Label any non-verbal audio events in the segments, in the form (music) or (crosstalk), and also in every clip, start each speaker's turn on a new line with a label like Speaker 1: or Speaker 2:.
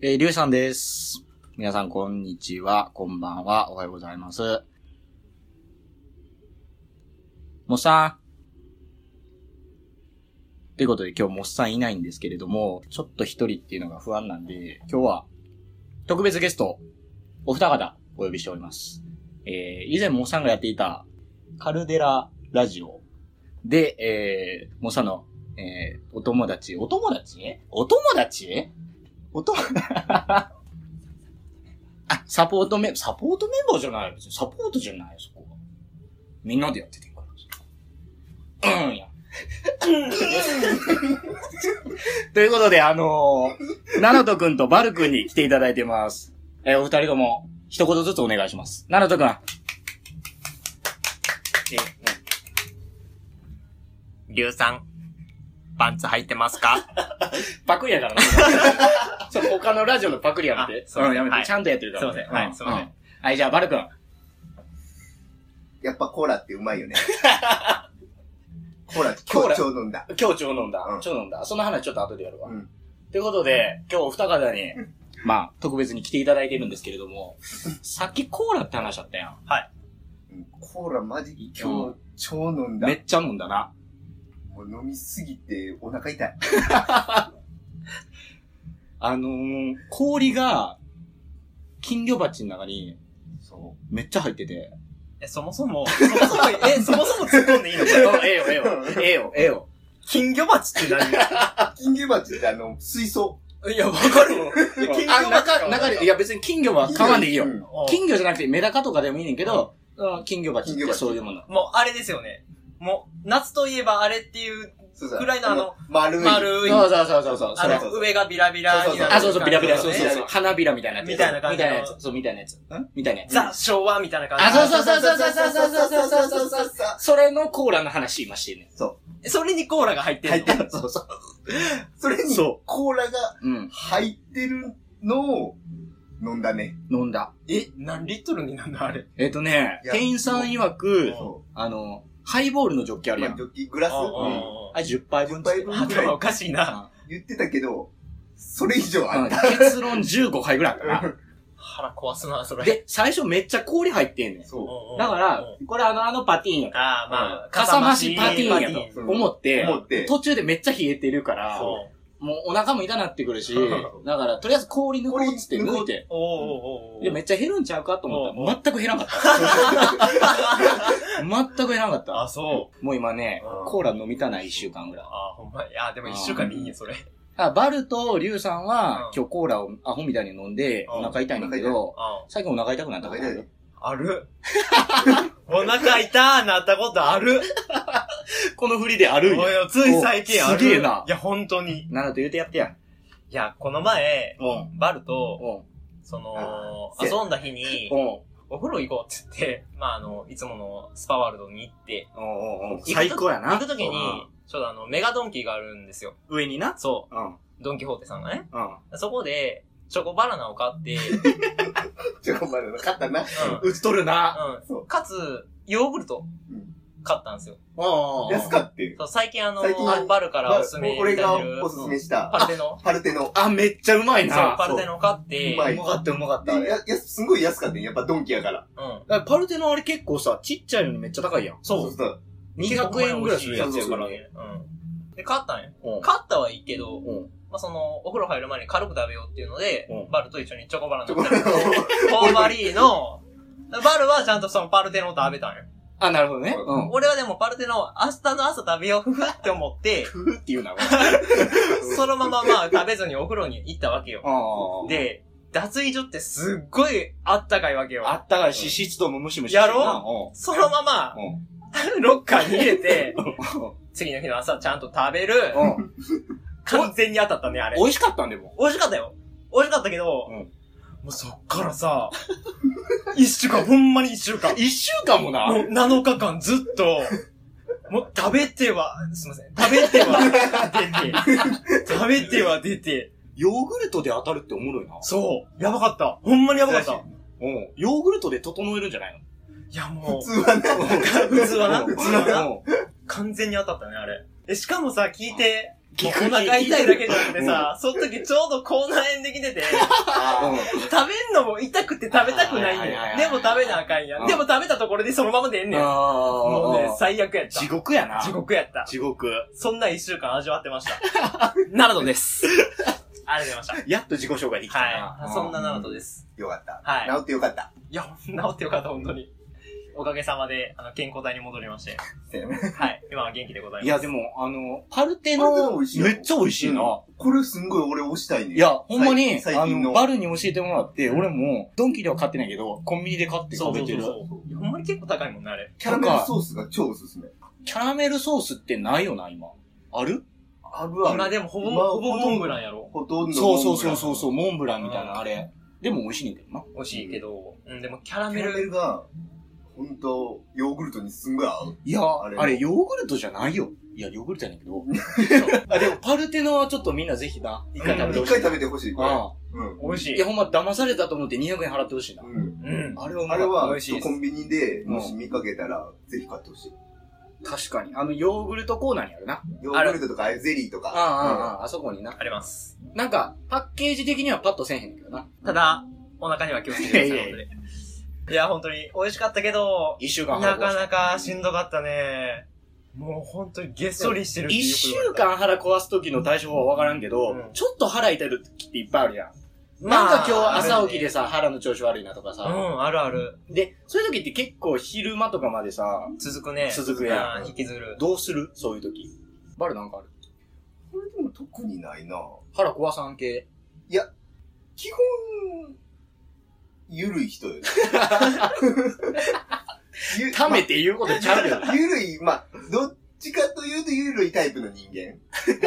Speaker 1: えー、りゅうさんです。皆さん、こんにちは。こんばんは。おはようございます。もっさん。ということで、今日もっさんいないんですけれども、ちょっと一人っていうのが不安なんで、今日は、特別ゲスト、お二方、お呼びしております。えー、以前もっさんがやっていた、カルデララジオで、えー、もっさんの、えー、お友達、お友達お友達おと、あ、サポートメ、サポートメンバーじゃない別にサポートじゃないそこは。みんなでやっててんから。うんや。 (laughs) ということで、あのー、ナナト君とバル君に来ていただいてます。えーお二人とも、一言ずつお願いします。ナナト君。え
Speaker 2: りゅうさん、パンツ履いてますか
Speaker 1: パクリやからな。 (laughs) そう、他のラジオのパクリやめて
Speaker 2: あ。そう
Speaker 1: ん、
Speaker 2: ね
Speaker 1: やめて、
Speaker 2: はい
Speaker 1: ちゃんとやってるから。
Speaker 2: すいませんはい
Speaker 1: うん
Speaker 2: すいません
Speaker 1: うはい、じゃあ、バル君。
Speaker 3: やっぱコーラってうまいよね。コーラ、
Speaker 1: コー
Speaker 3: 今
Speaker 1: ラ
Speaker 3: 日、今日飲んだ。
Speaker 1: 今日超飲んだ
Speaker 3: う。ん
Speaker 1: 超飲んだ。その話ちょっと後でやるわ。
Speaker 3: うん
Speaker 1: ということで、今日お二方に、まあ、特別に来ていただいてるんですけれども、さっきコーラって話だったやん。
Speaker 3: うんコーラマジ
Speaker 1: う
Speaker 3: 今日、超飲んだ
Speaker 1: め。っちゃ飲んだな。
Speaker 3: もう飲みすぎてお腹痛い。
Speaker 1: あのー、氷が、金魚鉢の中に、
Speaker 3: そう。
Speaker 1: めっちゃ入ってて。
Speaker 2: (laughs) え、そもそも、そもそも、え、
Speaker 1: (laughs)
Speaker 2: そもそも突っ込んでいいのこれ。
Speaker 1: ええよ、ええよ、ええよ、ええよ。
Speaker 2: 金魚鉢っ
Speaker 1: (laughs)
Speaker 2: て何
Speaker 3: 金魚鉢ってあの、水槽。
Speaker 1: いや、わかるもん。
Speaker 2: 金魚鉢
Speaker 1: あ、中、中で、いや別に金魚は買わんでいいよ
Speaker 3: う。ん
Speaker 1: 金魚じゃなくてメダカとかでもいいねんけど、うん金魚鉢っ
Speaker 3: 金魚
Speaker 1: て
Speaker 3: 鉢
Speaker 1: そういうもの。
Speaker 2: もう、あれですよね。もう、夏といえばあれっていう、
Speaker 3: そうそう
Speaker 2: くらいのあの、
Speaker 3: 丸い。
Speaker 2: 丸い、
Speaker 1: そうそうそうそうそう。
Speaker 2: あ
Speaker 1: それ
Speaker 2: の、上がビラビラになる。
Speaker 1: あ、そうそう、ビラビラ、
Speaker 2: 感
Speaker 1: そう
Speaker 2: じ
Speaker 1: そ
Speaker 2: の
Speaker 1: う
Speaker 2: ね
Speaker 1: そう、花びらみたいなやつ。
Speaker 2: みたいな感じ
Speaker 1: みた
Speaker 2: の
Speaker 1: いなやつ。そう、みたいなやつ。んみたいなやつ。
Speaker 2: ザ・昭和みたいな感じ。
Speaker 1: あそうそうそうそうそうそうそうそうそうそう
Speaker 3: そう。
Speaker 1: それのコーラの話今してるね。
Speaker 2: それにコーラが入ってるの。
Speaker 3: 入ってる
Speaker 1: そうそう。
Speaker 3: それに、
Speaker 1: そ
Speaker 3: コーラが
Speaker 1: うん。
Speaker 3: 入ってるのを飲んだね。
Speaker 1: 飲んだ。
Speaker 2: え、何リットルになるのあれ。
Speaker 1: えっとね、
Speaker 3: いや
Speaker 1: 店員さん曰く、
Speaker 3: そ
Speaker 1: あの、ハイボールのジョッキあ
Speaker 3: う。
Speaker 1: るや
Speaker 3: まあ、
Speaker 1: ん。
Speaker 3: ジョッキグラス、うん
Speaker 1: あ、10杯分っつって
Speaker 3: 10杯分
Speaker 2: 頭おかしいな。
Speaker 3: 言ってたけど、それ以上
Speaker 1: う
Speaker 3: あ
Speaker 1: ん
Speaker 3: った。
Speaker 1: 結論15杯ぐらいあるか
Speaker 2: 腹壊すな、そ
Speaker 1: な。
Speaker 2: れ。
Speaker 1: で、最初めっちゃ氷入ってんねん。
Speaker 3: そ
Speaker 1: だから、これあの、あのパティーンや
Speaker 2: ああ、まあ、
Speaker 1: かさ増しパティーンやと
Speaker 3: う。
Speaker 1: 思って、
Speaker 3: 思って。
Speaker 1: 途中でめっちゃ冷えてるから、
Speaker 2: そう。
Speaker 1: もうお腹も痛なってくるし
Speaker 3: う、
Speaker 1: だからとりあえず氷抜こうっつって
Speaker 3: 氷抜こ
Speaker 1: 抜
Speaker 3: う
Speaker 1: いて、
Speaker 2: おおお
Speaker 1: いや、めっちゃ減るんちゃうかと思ったら、全く減らな (laughs) かった。全く減らなかった。
Speaker 2: あ、そう。
Speaker 1: もう今ね
Speaker 2: う、ん
Speaker 1: コーラ飲みたない一週間ぐらい。
Speaker 2: あ、ほんまや。あ、でも一週間でいいんや、それ。
Speaker 1: あ、バルとリュウさんは
Speaker 2: う、ん
Speaker 1: 今日コーラをアホみたいに飲んで、
Speaker 2: う
Speaker 1: お
Speaker 2: ん
Speaker 1: 腹痛いんだけど、
Speaker 2: あ
Speaker 1: 最近お腹痛くなったことあ
Speaker 3: 痛
Speaker 1: る
Speaker 2: ある。お腹痛ーなったことある。
Speaker 1: この振りであ
Speaker 2: お
Speaker 1: るん
Speaker 2: い
Speaker 1: や。
Speaker 2: おいつい最近ある。
Speaker 1: おすげえない
Speaker 2: や、本当に。い
Speaker 1: ならと言うてやってや。
Speaker 2: や、この前、
Speaker 1: うん。うん。
Speaker 2: バルと、
Speaker 1: うん。
Speaker 2: その
Speaker 3: あ、せ
Speaker 2: 遊んだ日に、お風呂行こうって言って、まあ、あの、いつものスパワールドに行って、
Speaker 1: うん。うん。
Speaker 2: 行くと
Speaker 1: 最高やな。
Speaker 2: 行くときに
Speaker 1: うん、
Speaker 2: ちょうどあの、メガドンキーがあるんですよ。
Speaker 1: 上にな。
Speaker 2: そ
Speaker 1: うん。うん。
Speaker 2: う、ドンキホーテさんがね。そこで、チョコバナナを買 (laughs) って、
Speaker 3: ちょ、まだなかったな。
Speaker 2: う
Speaker 1: 打っとるな。
Speaker 2: ん、うん。かつ、ヨーグルト
Speaker 3: うん、
Speaker 2: 買ったんですよ。
Speaker 1: うん。
Speaker 3: 安かったよ。
Speaker 2: そう最近あの
Speaker 3: 最近、
Speaker 2: バルからおすすめいただい
Speaker 3: 俺
Speaker 2: て
Speaker 3: が
Speaker 2: る
Speaker 3: おすすめした、
Speaker 2: パルテノ
Speaker 3: パルテの。
Speaker 1: あ、めっちゃうまい
Speaker 2: そ
Speaker 1: な。
Speaker 2: う、パルテノ買って、
Speaker 3: うま
Speaker 1: う
Speaker 3: い
Speaker 1: まかった、うまかった。あ
Speaker 3: で、
Speaker 1: れだ
Speaker 3: や、や、すごい安かったね。やっぱドンキやから。
Speaker 1: か
Speaker 2: うん。
Speaker 1: らパルテのあれ結構さ、ちっちゃいのにめっちゃ高いやん。
Speaker 2: そう。
Speaker 3: そう。
Speaker 1: 200円ぐらいするやつやからね。
Speaker 2: うん。で、買ったんや。
Speaker 1: うん。
Speaker 2: 買ったはいいけど、
Speaker 1: うん。
Speaker 2: まあ、その、お風呂入る前に軽く食べようっていうので
Speaker 1: うん、
Speaker 2: バルと一緒にチョコバナナ
Speaker 3: チョ
Speaker 2: 食
Speaker 3: コ
Speaker 2: べ
Speaker 3: バ
Speaker 2: た
Speaker 3: ナ
Speaker 2: ん
Speaker 3: ナ
Speaker 2: や
Speaker 3: を。
Speaker 2: オーバリーの、バルはちゃんとそのパルテノを食べたんよ。
Speaker 1: あ、なるほどね。うん。
Speaker 2: 俺はでもパルテノを明日の朝食べよう、ふふって思って、
Speaker 1: ふーって言うな、
Speaker 2: そのまままあ食べずにお風呂に行ったわけよ。
Speaker 1: あで、
Speaker 2: で、脱衣所ってすっごいあったかいわけよ。
Speaker 1: あったかいし、湿度もムシムシ
Speaker 2: や
Speaker 1: ろ
Speaker 2: そのまま
Speaker 1: う、ん。うん。
Speaker 2: ロッカーに入れて、次の日の朝ちゃんと食べる。
Speaker 1: うん。
Speaker 2: 完全に当たったね、あれ
Speaker 1: 美。味しかったんでも。
Speaker 2: 美味しかったよ。美味しかったけど、
Speaker 1: うん
Speaker 2: もうそっからさ、 (laughs) 一週間、ほんまに一週間。
Speaker 1: 一週間もな。
Speaker 2: もう7日間ずっと、もう食べては、すいません、食べては
Speaker 1: (laughs)
Speaker 2: 出て、食べては出て、
Speaker 1: ヨーグルトで当たるっておもろいな。
Speaker 2: そう、やばかった。ほんまにやば
Speaker 1: (laughs)
Speaker 2: かった。
Speaker 1: うん。ヨーグルトで整えるんじゃないの
Speaker 2: いやもう
Speaker 3: 普、通はね。
Speaker 2: 普通はな、
Speaker 1: うん
Speaker 2: 普通はな
Speaker 1: う、ん
Speaker 2: 完全に当たったね、あれ。え、しかもさ、聞いて、もうお腹痛いだけじゃなくてさ、その時ちょうど口内炎できて (laughs) て、食べんのも痛くて食べたくないん
Speaker 1: はいはいはい
Speaker 2: や。
Speaker 1: はい
Speaker 2: でも食べなあかんや。
Speaker 1: うんん
Speaker 2: でも食べたところでそのままでえんねん。もうね、最悪やった
Speaker 3: 地。獄やな。
Speaker 2: 地。獄やった。
Speaker 3: 地獄。
Speaker 2: そんな一週間味わってました。奈良野です。ありがとうございまし
Speaker 3: やっと自己紹介でき
Speaker 2: た。
Speaker 3: たな。
Speaker 2: はい。そんな奈良野です。
Speaker 4: よかった。
Speaker 2: はい
Speaker 4: 治ってよかった。
Speaker 2: いや、治ってよかった、本当に。おかげさまで、あの、健康体に戻りまして。はい。今は元気でございます。
Speaker 1: いや、でも、あの、パルテ
Speaker 4: パルテ
Speaker 1: の、
Speaker 4: ノ
Speaker 1: めっ
Speaker 4: 美味しいよ
Speaker 1: ちゃ美味しいな。
Speaker 4: これすんごい俺押したいね。
Speaker 1: いや、ほんまに、
Speaker 4: 最
Speaker 1: あ
Speaker 4: 最近
Speaker 1: の、
Speaker 4: の
Speaker 1: バルに教えてもらって、俺も、ドンキでは買ってないけど、コンビニで買って
Speaker 2: そ
Speaker 1: 食
Speaker 2: うそ
Speaker 1: べ
Speaker 2: う
Speaker 1: て
Speaker 2: そう
Speaker 1: る。
Speaker 2: そう。ほんまに結構高いもんね、あれ。
Speaker 4: キャラメルソースが超おすすめ。
Speaker 1: キャラメルソースってないよな、今。ある
Speaker 4: ある
Speaker 2: 今でもほぼ、
Speaker 4: まあ
Speaker 2: ほぼモンブランやろ。
Speaker 4: ほとんど。。
Speaker 1: そうそうそうそう、そううモンブランみたいな、あれ。でも美味しいねんだよな。
Speaker 2: 美味しいけど、うん、でもキャラ
Speaker 4: キ
Speaker 2: メ
Speaker 4: ャラメ
Speaker 2: ル、
Speaker 4: ルが、ほんと、ヨーグルトにすんごい合う。
Speaker 1: いや、
Speaker 4: あ
Speaker 1: あ
Speaker 4: れ
Speaker 1: れ、ヨーグルトじゃないよ。いや、ヨーグルトやねんけど。あ、でも、パルテノはちょっとみんなぜひな、一回食べて
Speaker 4: 一
Speaker 1: ほしい。
Speaker 4: 回食べてほしい、これ。
Speaker 1: あ
Speaker 4: うん。
Speaker 2: 美味し
Speaker 1: あい
Speaker 2: い。
Speaker 1: や、ほんま、騙されたと思って200円払ってほしいな。
Speaker 4: うん。
Speaker 2: うん。
Speaker 1: あれはうま
Speaker 4: あ
Speaker 1: い
Speaker 4: れは
Speaker 2: 美味しい、です
Speaker 4: コンビニで、もし見かけたら、ぜひ買ってほしい。
Speaker 1: 確かに。あの、ヨーグルトコーナーにあるな。
Speaker 4: ヨーグルトとか、ゼリーとか。
Speaker 1: ああ、ああ、あそこにな。
Speaker 2: あります。
Speaker 1: なんか、パッケージ的にはパッとせえへんけどな。
Speaker 2: ただ、お腹には気をつけてください、
Speaker 1: いやいや
Speaker 2: 本当に。いや、本当に、美味しかったけど、
Speaker 1: 一週間
Speaker 2: な
Speaker 1: 腹壊
Speaker 2: か
Speaker 1: した。
Speaker 2: なかしんどかったね。もう本当にげっそりしてるって
Speaker 1: 一
Speaker 2: よく
Speaker 1: 週
Speaker 2: 言われた。
Speaker 1: 間腹壊す時の対処法はわからんけど、
Speaker 2: うん
Speaker 1: ちょっと腹痛い時っていっぱいあるやん。
Speaker 2: まあ
Speaker 1: なんか今日朝起きでさ、腹の調子悪いなとか
Speaker 2: う
Speaker 1: さ。
Speaker 2: ん、あるある。
Speaker 1: で、そういう時って結構昼間とかまでさ、
Speaker 2: 続くね。
Speaker 1: 続くやん
Speaker 2: うん引きずる。
Speaker 1: どうするそういう時。バルなんかある
Speaker 4: これでも特にないな。
Speaker 1: 腹壊さん系。
Speaker 4: 基本、ゆるい人
Speaker 1: (laughs)
Speaker 4: よね。ゆ
Speaker 1: ためて言うことちゃうよ。
Speaker 4: ゆるい、まあ、どっちかというとゆるいタイプの人
Speaker 1: (laughs)
Speaker 4: 間。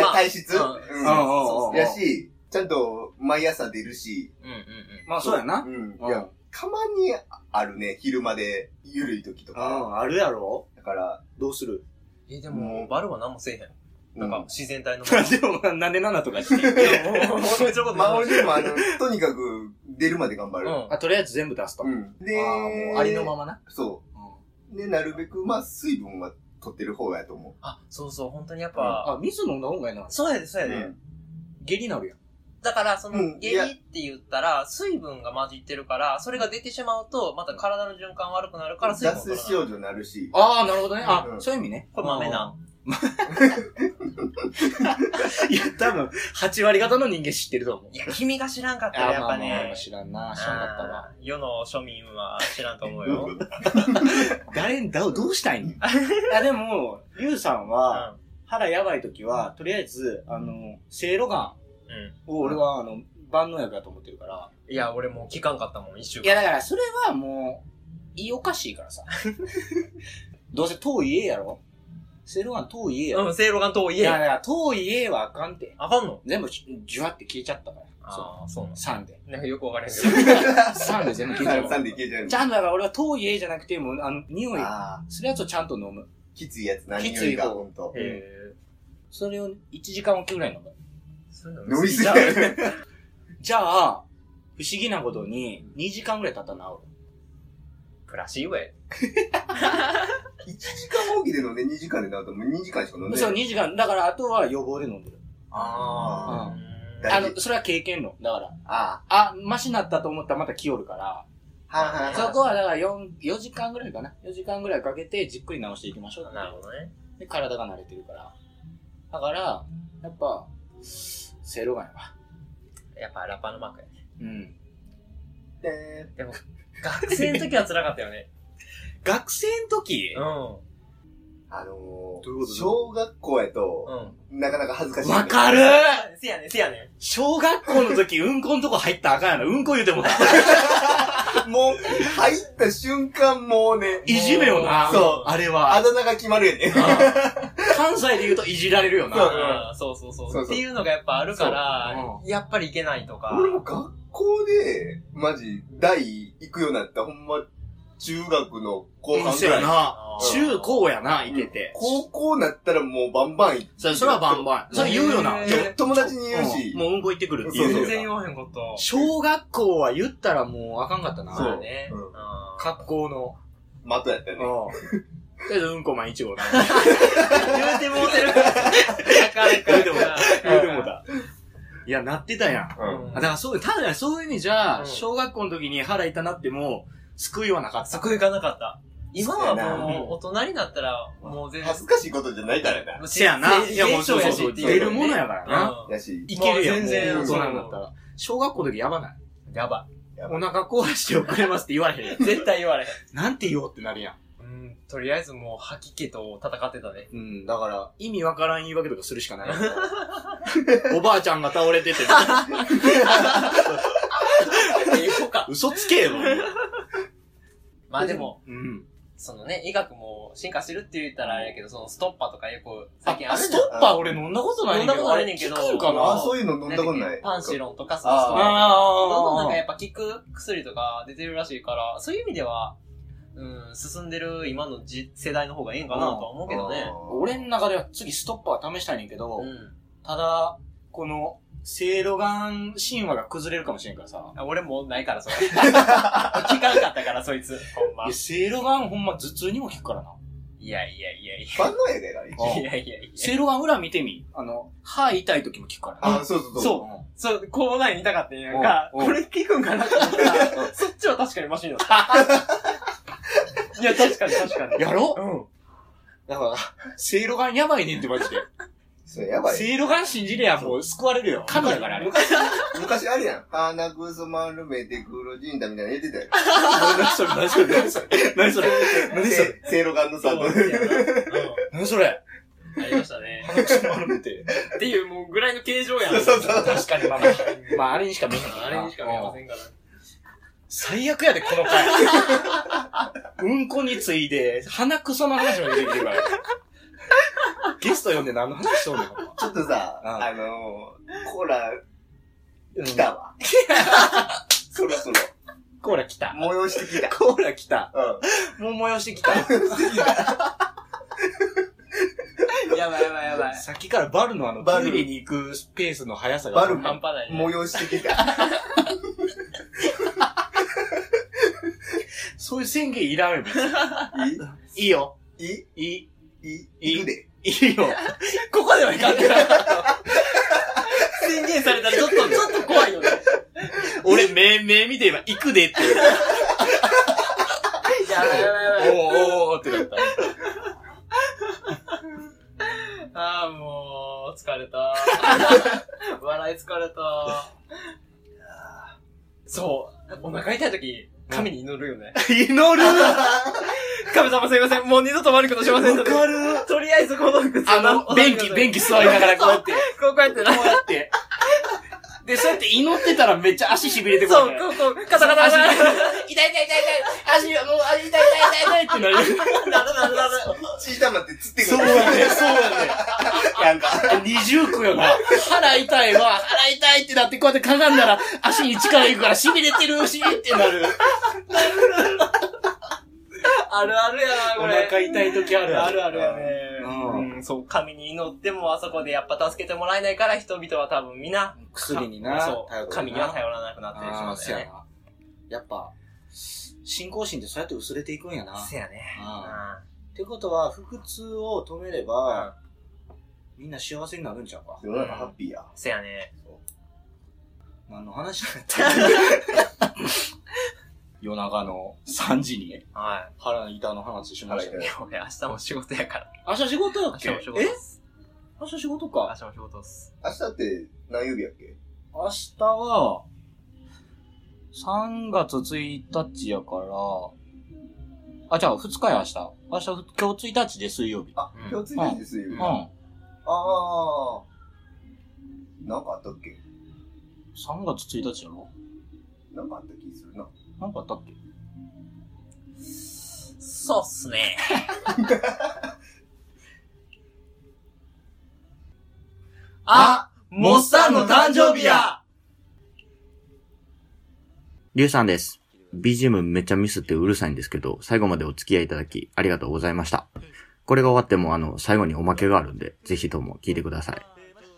Speaker 2: まあ
Speaker 4: 体質、
Speaker 2: うん
Speaker 4: うん
Speaker 1: うんうんうん
Speaker 4: やし、ちゃんと毎朝出るし。
Speaker 2: うんうんうん。
Speaker 1: (laughs) まあそうやな。
Speaker 4: ん。
Speaker 1: うん
Speaker 4: いや、たまにあるね、昼間でゆるい時と
Speaker 1: う
Speaker 4: か。
Speaker 1: ん、あるやろ
Speaker 4: だから、
Speaker 1: どうする (laughs)
Speaker 2: え、で
Speaker 4: う
Speaker 2: も、
Speaker 4: ん
Speaker 2: バルは何もせえへん。なん
Speaker 4: う
Speaker 2: か、自
Speaker 1: (laughs)
Speaker 2: 然体の。
Speaker 1: でも、なんで7とかして。
Speaker 2: (laughs)
Speaker 4: んまあ俺でもあの、とにかく出るまで頑張
Speaker 2: う
Speaker 4: る。
Speaker 2: ん。
Speaker 1: あ、とりあえず全部出すと。
Speaker 4: うん。で、
Speaker 1: ああ、もうありのままな。
Speaker 4: そう。
Speaker 1: うん
Speaker 4: で、なるべく、まあ、水分は取ってる方やと思
Speaker 2: あ、そうそう、本当にやっぱ、
Speaker 1: あ、水飲んだ方がいいな。
Speaker 2: そうやで、そう
Speaker 4: う。
Speaker 2: やで。
Speaker 1: 下痢なるやん。
Speaker 2: だから、その
Speaker 4: うん、
Speaker 2: 下
Speaker 4: い
Speaker 2: 痢
Speaker 4: や
Speaker 2: って言ったら、水分が混じってるから、それが出てしまうと、また体の循環悪くなるから、水分
Speaker 4: 脱
Speaker 2: 取ら
Speaker 4: 水
Speaker 2: ない。
Speaker 4: 症状になるし。
Speaker 1: ああ、なるほどね。
Speaker 4: う
Speaker 1: あ、
Speaker 4: ん
Speaker 1: そういう意味ね。
Speaker 2: これ豆な。
Speaker 1: (laughs) いや、多分、8割方の人間知ってると思う
Speaker 2: い。や、君が知らんかった
Speaker 1: あー
Speaker 2: ら、やっ
Speaker 1: ま
Speaker 2: ぱ
Speaker 1: あまあまあ
Speaker 2: ね。
Speaker 1: 知らんな。
Speaker 2: あー
Speaker 1: 知らんかったわ。
Speaker 2: 世の庶民は知らんと思う
Speaker 4: う
Speaker 2: よ。
Speaker 4: ん
Speaker 1: 誰に、どうどうしたいねん。いや、 (laughs) でも、ゆうさんは、
Speaker 2: う
Speaker 1: 腹やばい時は、とりあえず、あの、せいろが
Speaker 2: ん。うん
Speaker 1: を俺は、あの、万能薬だと思ってるから。
Speaker 2: いや、俺もう聞かんかったもん、一週
Speaker 1: い
Speaker 2: 間。
Speaker 1: や、だから、それはもう、いいおかしいからさ。 (laughs) どうせ遠い家やろせいろが遠い家やろ、
Speaker 2: うん、せいろがんと
Speaker 1: い
Speaker 2: 家
Speaker 1: や、だ。から遠い家はあかんて。
Speaker 2: あかんの
Speaker 1: 全部し、じゅわって消えちゃったから。そ
Speaker 2: ああ、そうなん
Speaker 1: う。3で。
Speaker 2: す。なんかよくわからへんけど。
Speaker 1: 3で全部消えちゃった
Speaker 4: 3 。でいけちゃう
Speaker 1: ちゃんとだから俺は遠い家じゃなくて、もう、あの、匂い
Speaker 4: ああ、
Speaker 1: するやつをちゃんと飲む。
Speaker 4: きついやつ、何
Speaker 1: きつ
Speaker 4: よ
Speaker 1: い
Speaker 4: りが、
Speaker 1: 方
Speaker 4: ほんと。
Speaker 2: へえ。
Speaker 1: それを1時間おきぐらい飲む。
Speaker 2: そういうの
Speaker 4: 飲みすぎ
Speaker 2: じゃ
Speaker 4: や
Speaker 2: あ
Speaker 4: (laughs) る。
Speaker 1: じゃあ、不思議なことに、2時間ぐらい経ったら治
Speaker 2: プラシーウェイ。
Speaker 4: 1時間おきで飲んで2時間で飲んだらもう2時間しか飲ん
Speaker 1: る。
Speaker 4: で
Speaker 1: そう、
Speaker 4: ない。
Speaker 1: 2時間。だから、あとは予防で飲んでる。
Speaker 2: あ
Speaker 1: う
Speaker 4: 大
Speaker 1: あ
Speaker 4: 事
Speaker 1: の、それは経験論。だから、
Speaker 4: あ
Speaker 1: あ、マシなったと思ったらまた来よるから、
Speaker 4: あ、はいはい
Speaker 1: そ
Speaker 4: は
Speaker 1: こはだから4、4時間ぐらいかな。4時間ぐらいかけてじっくり治していきましょうって。
Speaker 2: なるほどね。
Speaker 1: で、体が慣れてるから。だから、やっぱ、セロガンやわ。
Speaker 2: やっぱラッパーのマークや。
Speaker 1: うん。
Speaker 4: い。で
Speaker 2: 学生の時は辛かったよね。
Speaker 1: 学生の時
Speaker 2: (laughs) うん。
Speaker 4: あの
Speaker 1: どういうこと
Speaker 4: ー、小学校やと、
Speaker 2: うん。
Speaker 4: なかなか恥ずかしい。
Speaker 1: わかる
Speaker 2: せやねん、せやね
Speaker 1: 小学校の時、うんこんとこ入ったらあかんやろ。うんこ言うて
Speaker 4: (laughs)
Speaker 1: もた。
Speaker 4: もう、入った瞬間、もうね、
Speaker 1: いじめよな。
Speaker 4: そう
Speaker 1: あれ
Speaker 4: あ
Speaker 1: は。
Speaker 4: だ名が決まるよね。
Speaker 1: (laughs) 関西で言うといじられるよ
Speaker 2: ん。
Speaker 1: な。
Speaker 4: そう
Speaker 2: うんそうそうそ
Speaker 4: そう
Speaker 2: う。
Speaker 4: そう
Speaker 2: っていうのがやっぱあるから、やっぱりいけないとか。
Speaker 4: 俺も学校で、マジ、大行くようになった、ほんま、中学の後半
Speaker 1: そ
Speaker 4: ぐ
Speaker 1: う
Speaker 4: ら
Speaker 1: や
Speaker 4: い。
Speaker 1: な。
Speaker 2: あー
Speaker 1: 中高やな、行けて。
Speaker 4: 高校になったらもうバンバン行って。
Speaker 1: それそれはバンバン。それ言うよな
Speaker 2: へ。
Speaker 4: ち
Speaker 2: ー
Speaker 4: ょ友達に言うし
Speaker 1: うん。もううんこ行ってくるって
Speaker 4: そう
Speaker 1: 言
Speaker 4: そう
Speaker 2: 全
Speaker 1: よ
Speaker 2: 然
Speaker 1: な。
Speaker 2: 言わへんかった。
Speaker 1: 小学校は言ったらもうあかんかった
Speaker 4: そ
Speaker 2: まあ
Speaker 1: な。
Speaker 4: う
Speaker 2: ね。
Speaker 4: うん
Speaker 2: うん
Speaker 1: 格好の。
Speaker 4: 的やったよね。
Speaker 1: うりあえず、うんこまん1号だ。
Speaker 4: (laughs)
Speaker 2: 言うてもうてる。なかなか。
Speaker 1: (laughs) 言うても
Speaker 2: だ。
Speaker 1: 言うてもうた。いや、なってたやん。あ、
Speaker 4: うん。
Speaker 1: だからそう、ただそういう意味じゃ、
Speaker 2: うん
Speaker 1: 小学校の時に腹痛なっても、救いはなかった。
Speaker 2: 救いがなかった。今はもう、大人になったら、もう全然
Speaker 4: 恥ずかしいことじゃないからな。
Speaker 1: せやな。いや、もうそうそうそう。
Speaker 4: う
Speaker 1: 出るものやからな。
Speaker 2: な。
Speaker 1: (laughs)
Speaker 4: やし、
Speaker 1: いけるやん。
Speaker 2: もう全然
Speaker 1: もう大人になったら。小学校の時やばない。
Speaker 2: やば
Speaker 4: やば
Speaker 1: お腹壊して遅れますって言われへんやん。
Speaker 2: い。絶対言われへん。
Speaker 1: (laughs) なんて言おうってなるやん。
Speaker 2: うん、とりあえずもう吐き気と戦ってたね。
Speaker 1: うん、だから、意味わからん言い訳とかするしかない。 (laughs) おばあちゃんが倒れてて。
Speaker 2: え、行こうか。
Speaker 1: (laughs) 嘘つけよ。
Speaker 2: まあでも、
Speaker 1: うん。
Speaker 2: そのね、医学も進化してるって言ったらあれやけど、そのストッパーとかよく最
Speaker 1: あ
Speaker 2: 近あ、るじ
Speaker 1: ス
Speaker 2: ゃん
Speaker 1: トッパー俺飲んだことないねんけ
Speaker 2: 飲んだこ
Speaker 1: ど。
Speaker 2: とないねんけど
Speaker 1: あれ効くんかな
Speaker 4: あ、そういうの飲んだことない。
Speaker 2: パンシロンとかさ、
Speaker 4: あー
Speaker 2: ストッパーとかどんどんなんかや
Speaker 1: あ
Speaker 2: っぱ効く薬とか出てるらしいから、そういう意味では、うん、進んでる今のじ世代の方がいいんかなとは思うけどね。
Speaker 1: あ。俺の中では次ストッパー試したいねんけど、
Speaker 2: うん
Speaker 1: ただ、この、セイロガン神話が崩れるかもしれんからさ。
Speaker 2: あ。俺もうないから、そ
Speaker 4: (laughs)
Speaker 2: れ。聞かんかったから、そいつ。ほんま
Speaker 1: いや、。セイロガンほんま頭痛にも効くからな。
Speaker 2: いやいやいやい
Speaker 4: 万能やで、あれ。
Speaker 2: や。いやいやいや。
Speaker 1: セイロガン裏見てみ。あの、歯痛い時も効くからな。
Speaker 4: あ、そうそうそう。
Speaker 1: そ
Speaker 2: そう、こうないに痛かったんやんか、
Speaker 1: うんうん
Speaker 2: これ聞くんかなと思ったら、そっちは確かにマシになった。
Speaker 4: (laughs)
Speaker 2: いや、確かに確かに。
Speaker 1: やろ
Speaker 2: うん。
Speaker 1: だから、セイロガンやばいねんってマジで。
Speaker 4: それやばい。
Speaker 1: セイロガン信じれや、もう救われるよ。神だから、あれ。
Speaker 4: 昔あるやん。鼻くそ丸めて黒じんだみたいなの言ってたよ。
Speaker 1: 何 (laughs) それ何それ何それ何それ何それ
Speaker 4: せせいろがんのさ
Speaker 2: そう、そうやなう
Speaker 1: 何それ
Speaker 2: ん。ありましたね。
Speaker 1: 丸めて。
Speaker 2: っていう、もうぐらいの形状やん。
Speaker 4: (laughs) そうそうそう
Speaker 2: 確かに、まあ
Speaker 1: (laughs) まあ、あれにしか見えへん
Speaker 2: まあ、あれにしか見えませんから。
Speaker 1: 最悪やで、この (laughs) 回。うんこについで、鼻くその話も出てきてるから。ゲスト呼んで何の話しとんのか
Speaker 4: ちょっとさ、
Speaker 1: うん
Speaker 4: あのー、コーラ、来たわ。 (laughs) そろそろ、
Speaker 1: コーラ来た。
Speaker 4: 催してきた。
Speaker 1: コーラ来た。
Speaker 4: うん。
Speaker 1: もう催してきた。
Speaker 2: やばいやばいやばい。
Speaker 1: さっきからバルのあの、
Speaker 4: バ
Speaker 1: ト
Speaker 4: ル
Speaker 1: イレに行くスペースの速さが。
Speaker 4: バル
Speaker 2: 半端ないね。
Speaker 4: 催してきた。
Speaker 1: そういう宣言いらんよ、別にいいよ。
Speaker 4: いい
Speaker 1: いい。
Speaker 4: い
Speaker 1: い
Speaker 4: い行くで。
Speaker 1: いいよ。
Speaker 2: ここではいかんから。宣言されたらちょっと、ちょっと怖いよね。
Speaker 1: 俺、目、目見て今、行くでって。
Speaker 2: やばいやばいやばい。
Speaker 1: おーおーってなった。
Speaker 2: ああ、もう、疲れた。 (laughs) 笑い疲れた。そう、お腹痛い時、神に祈るよね。
Speaker 1: 祈る
Speaker 2: 神様すいません、もう二度と悪いことしませんので。
Speaker 1: わかる
Speaker 2: とりあえずこの靴
Speaker 1: あの、便 (laughs) 器、便器座りながらこうや (laughs) って、こ
Speaker 2: こうこうやってな。
Speaker 1: うやって。で、そうやって祈ってたらめっちゃ足痺れてくる。
Speaker 2: そう、こう、こう、カタカタカタ。なる
Speaker 1: 痛い痛い痛い痛い。足、もう足痛い痛い痛い痛いってなる。
Speaker 2: なるなる。
Speaker 4: ちいたまって釣ってく
Speaker 1: そう
Speaker 4: る。
Speaker 1: やね、そうやね。
Speaker 4: なんか、
Speaker 1: 二重苦よな。腹痛いわ、腹痛いってなって、こうやってかがんだら足に力いくから痺れてるしってなる。
Speaker 2: あるあるやな、これ。
Speaker 1: 痛い時あ
Speaker 2: あるあるやね。
Speaker 1: うん
Speaker 2: うん、そう、神に祈ってもあそこでやっぱ助けてもらえないから人々は多分みんな、
Speaker 1: 薬にな
Speaker 2: そう、神には
Speaker 1: よ
Speaker 2: 頼らなくなってしま
Speaker 1: あ
Speaker 2: う
Speaker 1: あ、
Speaker 2: ん
Speaker 1: そ
Speaker 2: だよ
Speaker 1: や
Speaker 2: ね。
Speaker 1: な。やっぱ、信仰心ってそうやって薄れていくんやな。
Speaker 2: せやね。
Speaker 1: あってことは、腹痛を止めれ
Speaker 2: うん
Speaker 1: ば、みんな幸せになるんちゃうか。
Speaker 4: 世の (laughs) 中ハッピーや。
Speaker 2: せやね。
Speaker 1: 何の話だった (laughs) 夜中の3時に
Speaker 2: は
Speaker 1: 腹痛の話しました
Speaker 4: 腹
Speaker 2: い。
Speaker 1: ね
Speaker 4: 痛。
Speaker 2: いや、俺明日も仕事やから。
Speaker 1: 明日仕事だ
Speaker 2: 明
Speaker 1: っけ
Speaker 2: 日も仕事っ
Speaker 1: え
Speaker 2: す。
Speaker 1: 明日仕事
Speaker 2: 明
Speaker 1: か。
Speaker 2: 日も仕事っす。
Speaker 4: 明日って何曜日やっけ
Speaker 1: 明日は、3月1日やから、あ、じゃあ2日や明日。明日、今日1日で水曜日。
Speaker 4: あ、
Speaker 2: うん
Speaker 4: 今日1日ですよ。
Speaker 1: う
Speaker 4: あ
Speaker 1: ん。
Speaker 4: あー。なんかあったっけ
Speaker 1: 3月1日やろ
Speaker 4: なんかあった気するな。
Speaker 1: なんかあったっけ
Speaker 2: そうっすね。あモッサンの誕生日や
Speaker 5: リュウさんです。BGM めっちゃミスってうるさいんですけど、最後までお付き合いいただきありがとうございました。これが終わってもあの、最後におまけがあるんで、ぜひとも聞いてください。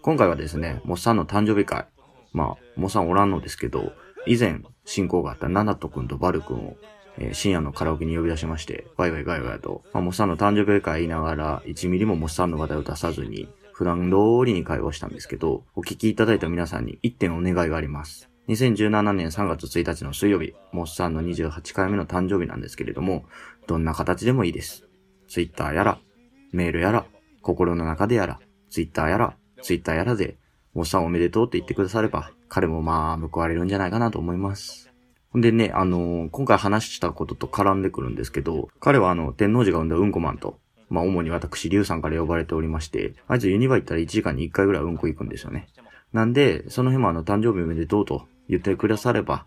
Speaker 5: 今回はですね、モッサンの誕生日会。まあ、モッサンおらんのですけど、以前、親交があったナナト君とバル君をえー深夜のカラオケに呼び出しまして、ワイワイガヤガヤと、まあ、モッサンの誕生日会言いながら、1ミリもモッサンの話題を出さずに、普段通りに会話したんですけど、お聞きいただいた皆さんに1点お願いがあります。2017年3月1日の水曜日、モッサンの28回目の誕生日なんですけれども、どんな形でもいいです。ツイッターやら、メールやら、心の中でやら、ツイッターやら、ツイッターやらで、おっさんおめでとうって言ってくだされば、彼もまあ報われるんじゃないかなと思います。ほんでね、あのー今回話したことと絡んでくるんですけど、彼はあの、天皇寺が生んだうんこマンと、まあ主に私、リュウさんから呼ばれておりまして、あいつユニバ行ったら1時間に1回ぐらいうんこ行くんですよね。なんで、その辺もあの、誕生日おめでとうと言ってくだされば、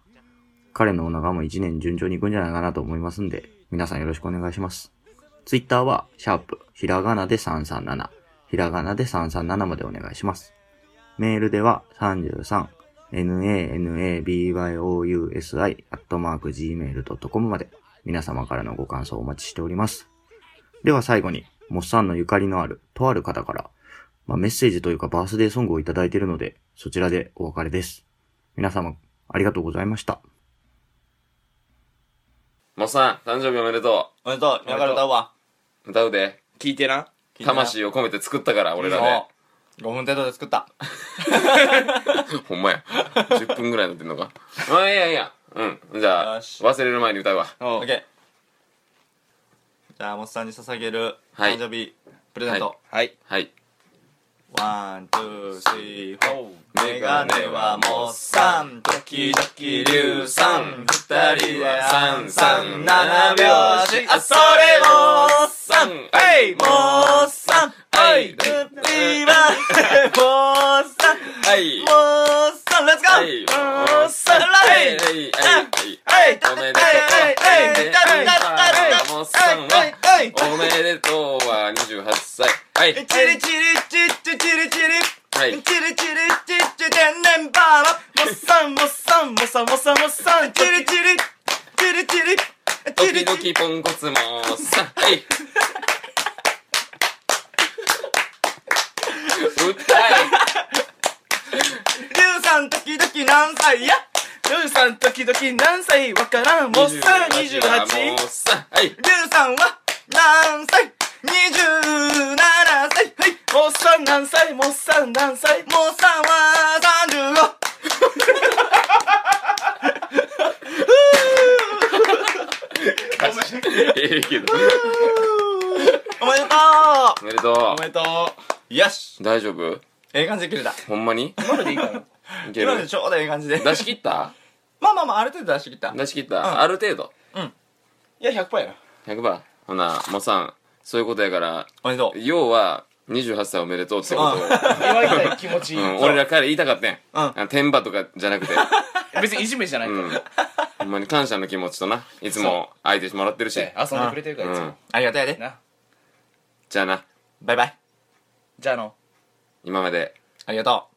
Speaker 5: 彼のお腹も1年順調に行くんじゃないかなと思いますんで、皆さんよろしくお願いします。ツイッターは、シャープ、ひらがなで337、ひらがなで337までお願いします。メールでは33、nanabyousi アットマーク gmail.com まで皆様からのご感想をお待ちしております。では最後に、モッサンのゆかりのあるとある方から、まあ、メッセージというかバースデーソングをいただいているので、そちらでお別れです。皆様、ありがとうございました。
Speaker 6: モッサン、誕生日おめでと
Speaker 3: おめでとう。今から歌うわ。
Speaker 6: う。歌うで。
Speaker 3: 聞いてな。聞いてな
Speaker 6: 魂を込めて作ったから、俺らね。
Speaker 3: そう。5分程度で作った。
Speaker 6: ほんまや。10分ぐらいになってんのか。あ、いやいや。うん。じゃあ、
Speaker 3: よし
Speaker 6: 忘れる前に歌うわ。
Speaker 3: オッケー。じゃあ、モッさんに捧げる
Speaker 6: はい
Speaker 3: 誕生日プレゼント。はい。
Speaker 6: はい。
Speaker 3: ワン、ツー、スリー、フォー。メガネはモッサン、時々リュウさん。二人で三三七拍子。あ、それもモッサン。
Speaker 6: は
Speaker 3: モッサン。はい。グッディーバ (laughs) ー。モッサン。
Speaker 6: はい。
Speaker 3: モッサン、レッツゴ
Speaker 6: は
Speaker 3: ー
Speaker 6: い。
Speaker 3: モッサン、ライン
Speaker 6: はい。はい。
Speaker 3: はい
Speaker 6: おめでとう。モッサンは、おめでとうは28歳。はい。
Speaker 3: チリチリチッチチリチ
Speaker 6: は
Speaker 3: リ
Speaker 6: い。
Speaker 3: チリチリチッチ天然バーモッサンモッサンモッサンモッサンモッサンチリチリチリチリ
Speaker 6: ド
Speaker 3: チリ
Speaker 6: キドキポンコツモッサン。はい。歌
Speaker 3: リュウさん時々何歳やリュウさん時々何歳わからんモッサン
Speaker 6: え。
Speaker 3: 28リュ
Speaker 6: モッサン。はい。
Speaker 3: ウさんは何歳27歳はいモッサン何歳モッサン何歳モッサンは35
Speaker 6: ええけど。
Speaker 3: おめでと
Speaker 6: おめでと
Speaker 3: うおめでとうよし
Speaker 6: う。大丈夫
Speaker 3: ええ感じで切れた
Speaker 6: ほんまに
Speaker 2: 今のでいいかな。
Speaker 6: いけ
Speaker 3: 今ので
Speaker 6: る
Speaker 3: ちょうどええ感じで
Speaker 6: 出し切った
Speaker 3: まあまあまあある程度出してきた
Speaker 6: 出し切ったある程度。
Speaker 2: いや、100%やな。
Speaker 6: 100番。ほな、モッサン、そういうことやから、
Speaker 3: おめでとう
Speaker 6: 要は、28歳おめでとうってことを。
Speaker 2: 祝いたい気持ち。
Speaker 6: うん、俺ら彼言いたかったん。
Speaker 3: ん
Speaker 6: あの天馬とかじゃなくて。
Speaker 2: (laughs) 別にいじめじゃないか
Speaker 6: うん。ほんまに感謝の気持ちとな。いつも相手してもらってるし。
Speaker 2: ら。遊んでくれてるか
Speaker 6: う
Speaker 2: ら、いつ
Speaker 6: ん
Speaker 2: も。。
Speaker 3: ありがとうやで
Speaker 2: な。
Speaker 6: じゃあな、
Speaker 3: バイバイ
Speaker 2: じゃあの。
Speaker 6: 今まで
Speaker 3: ありがとう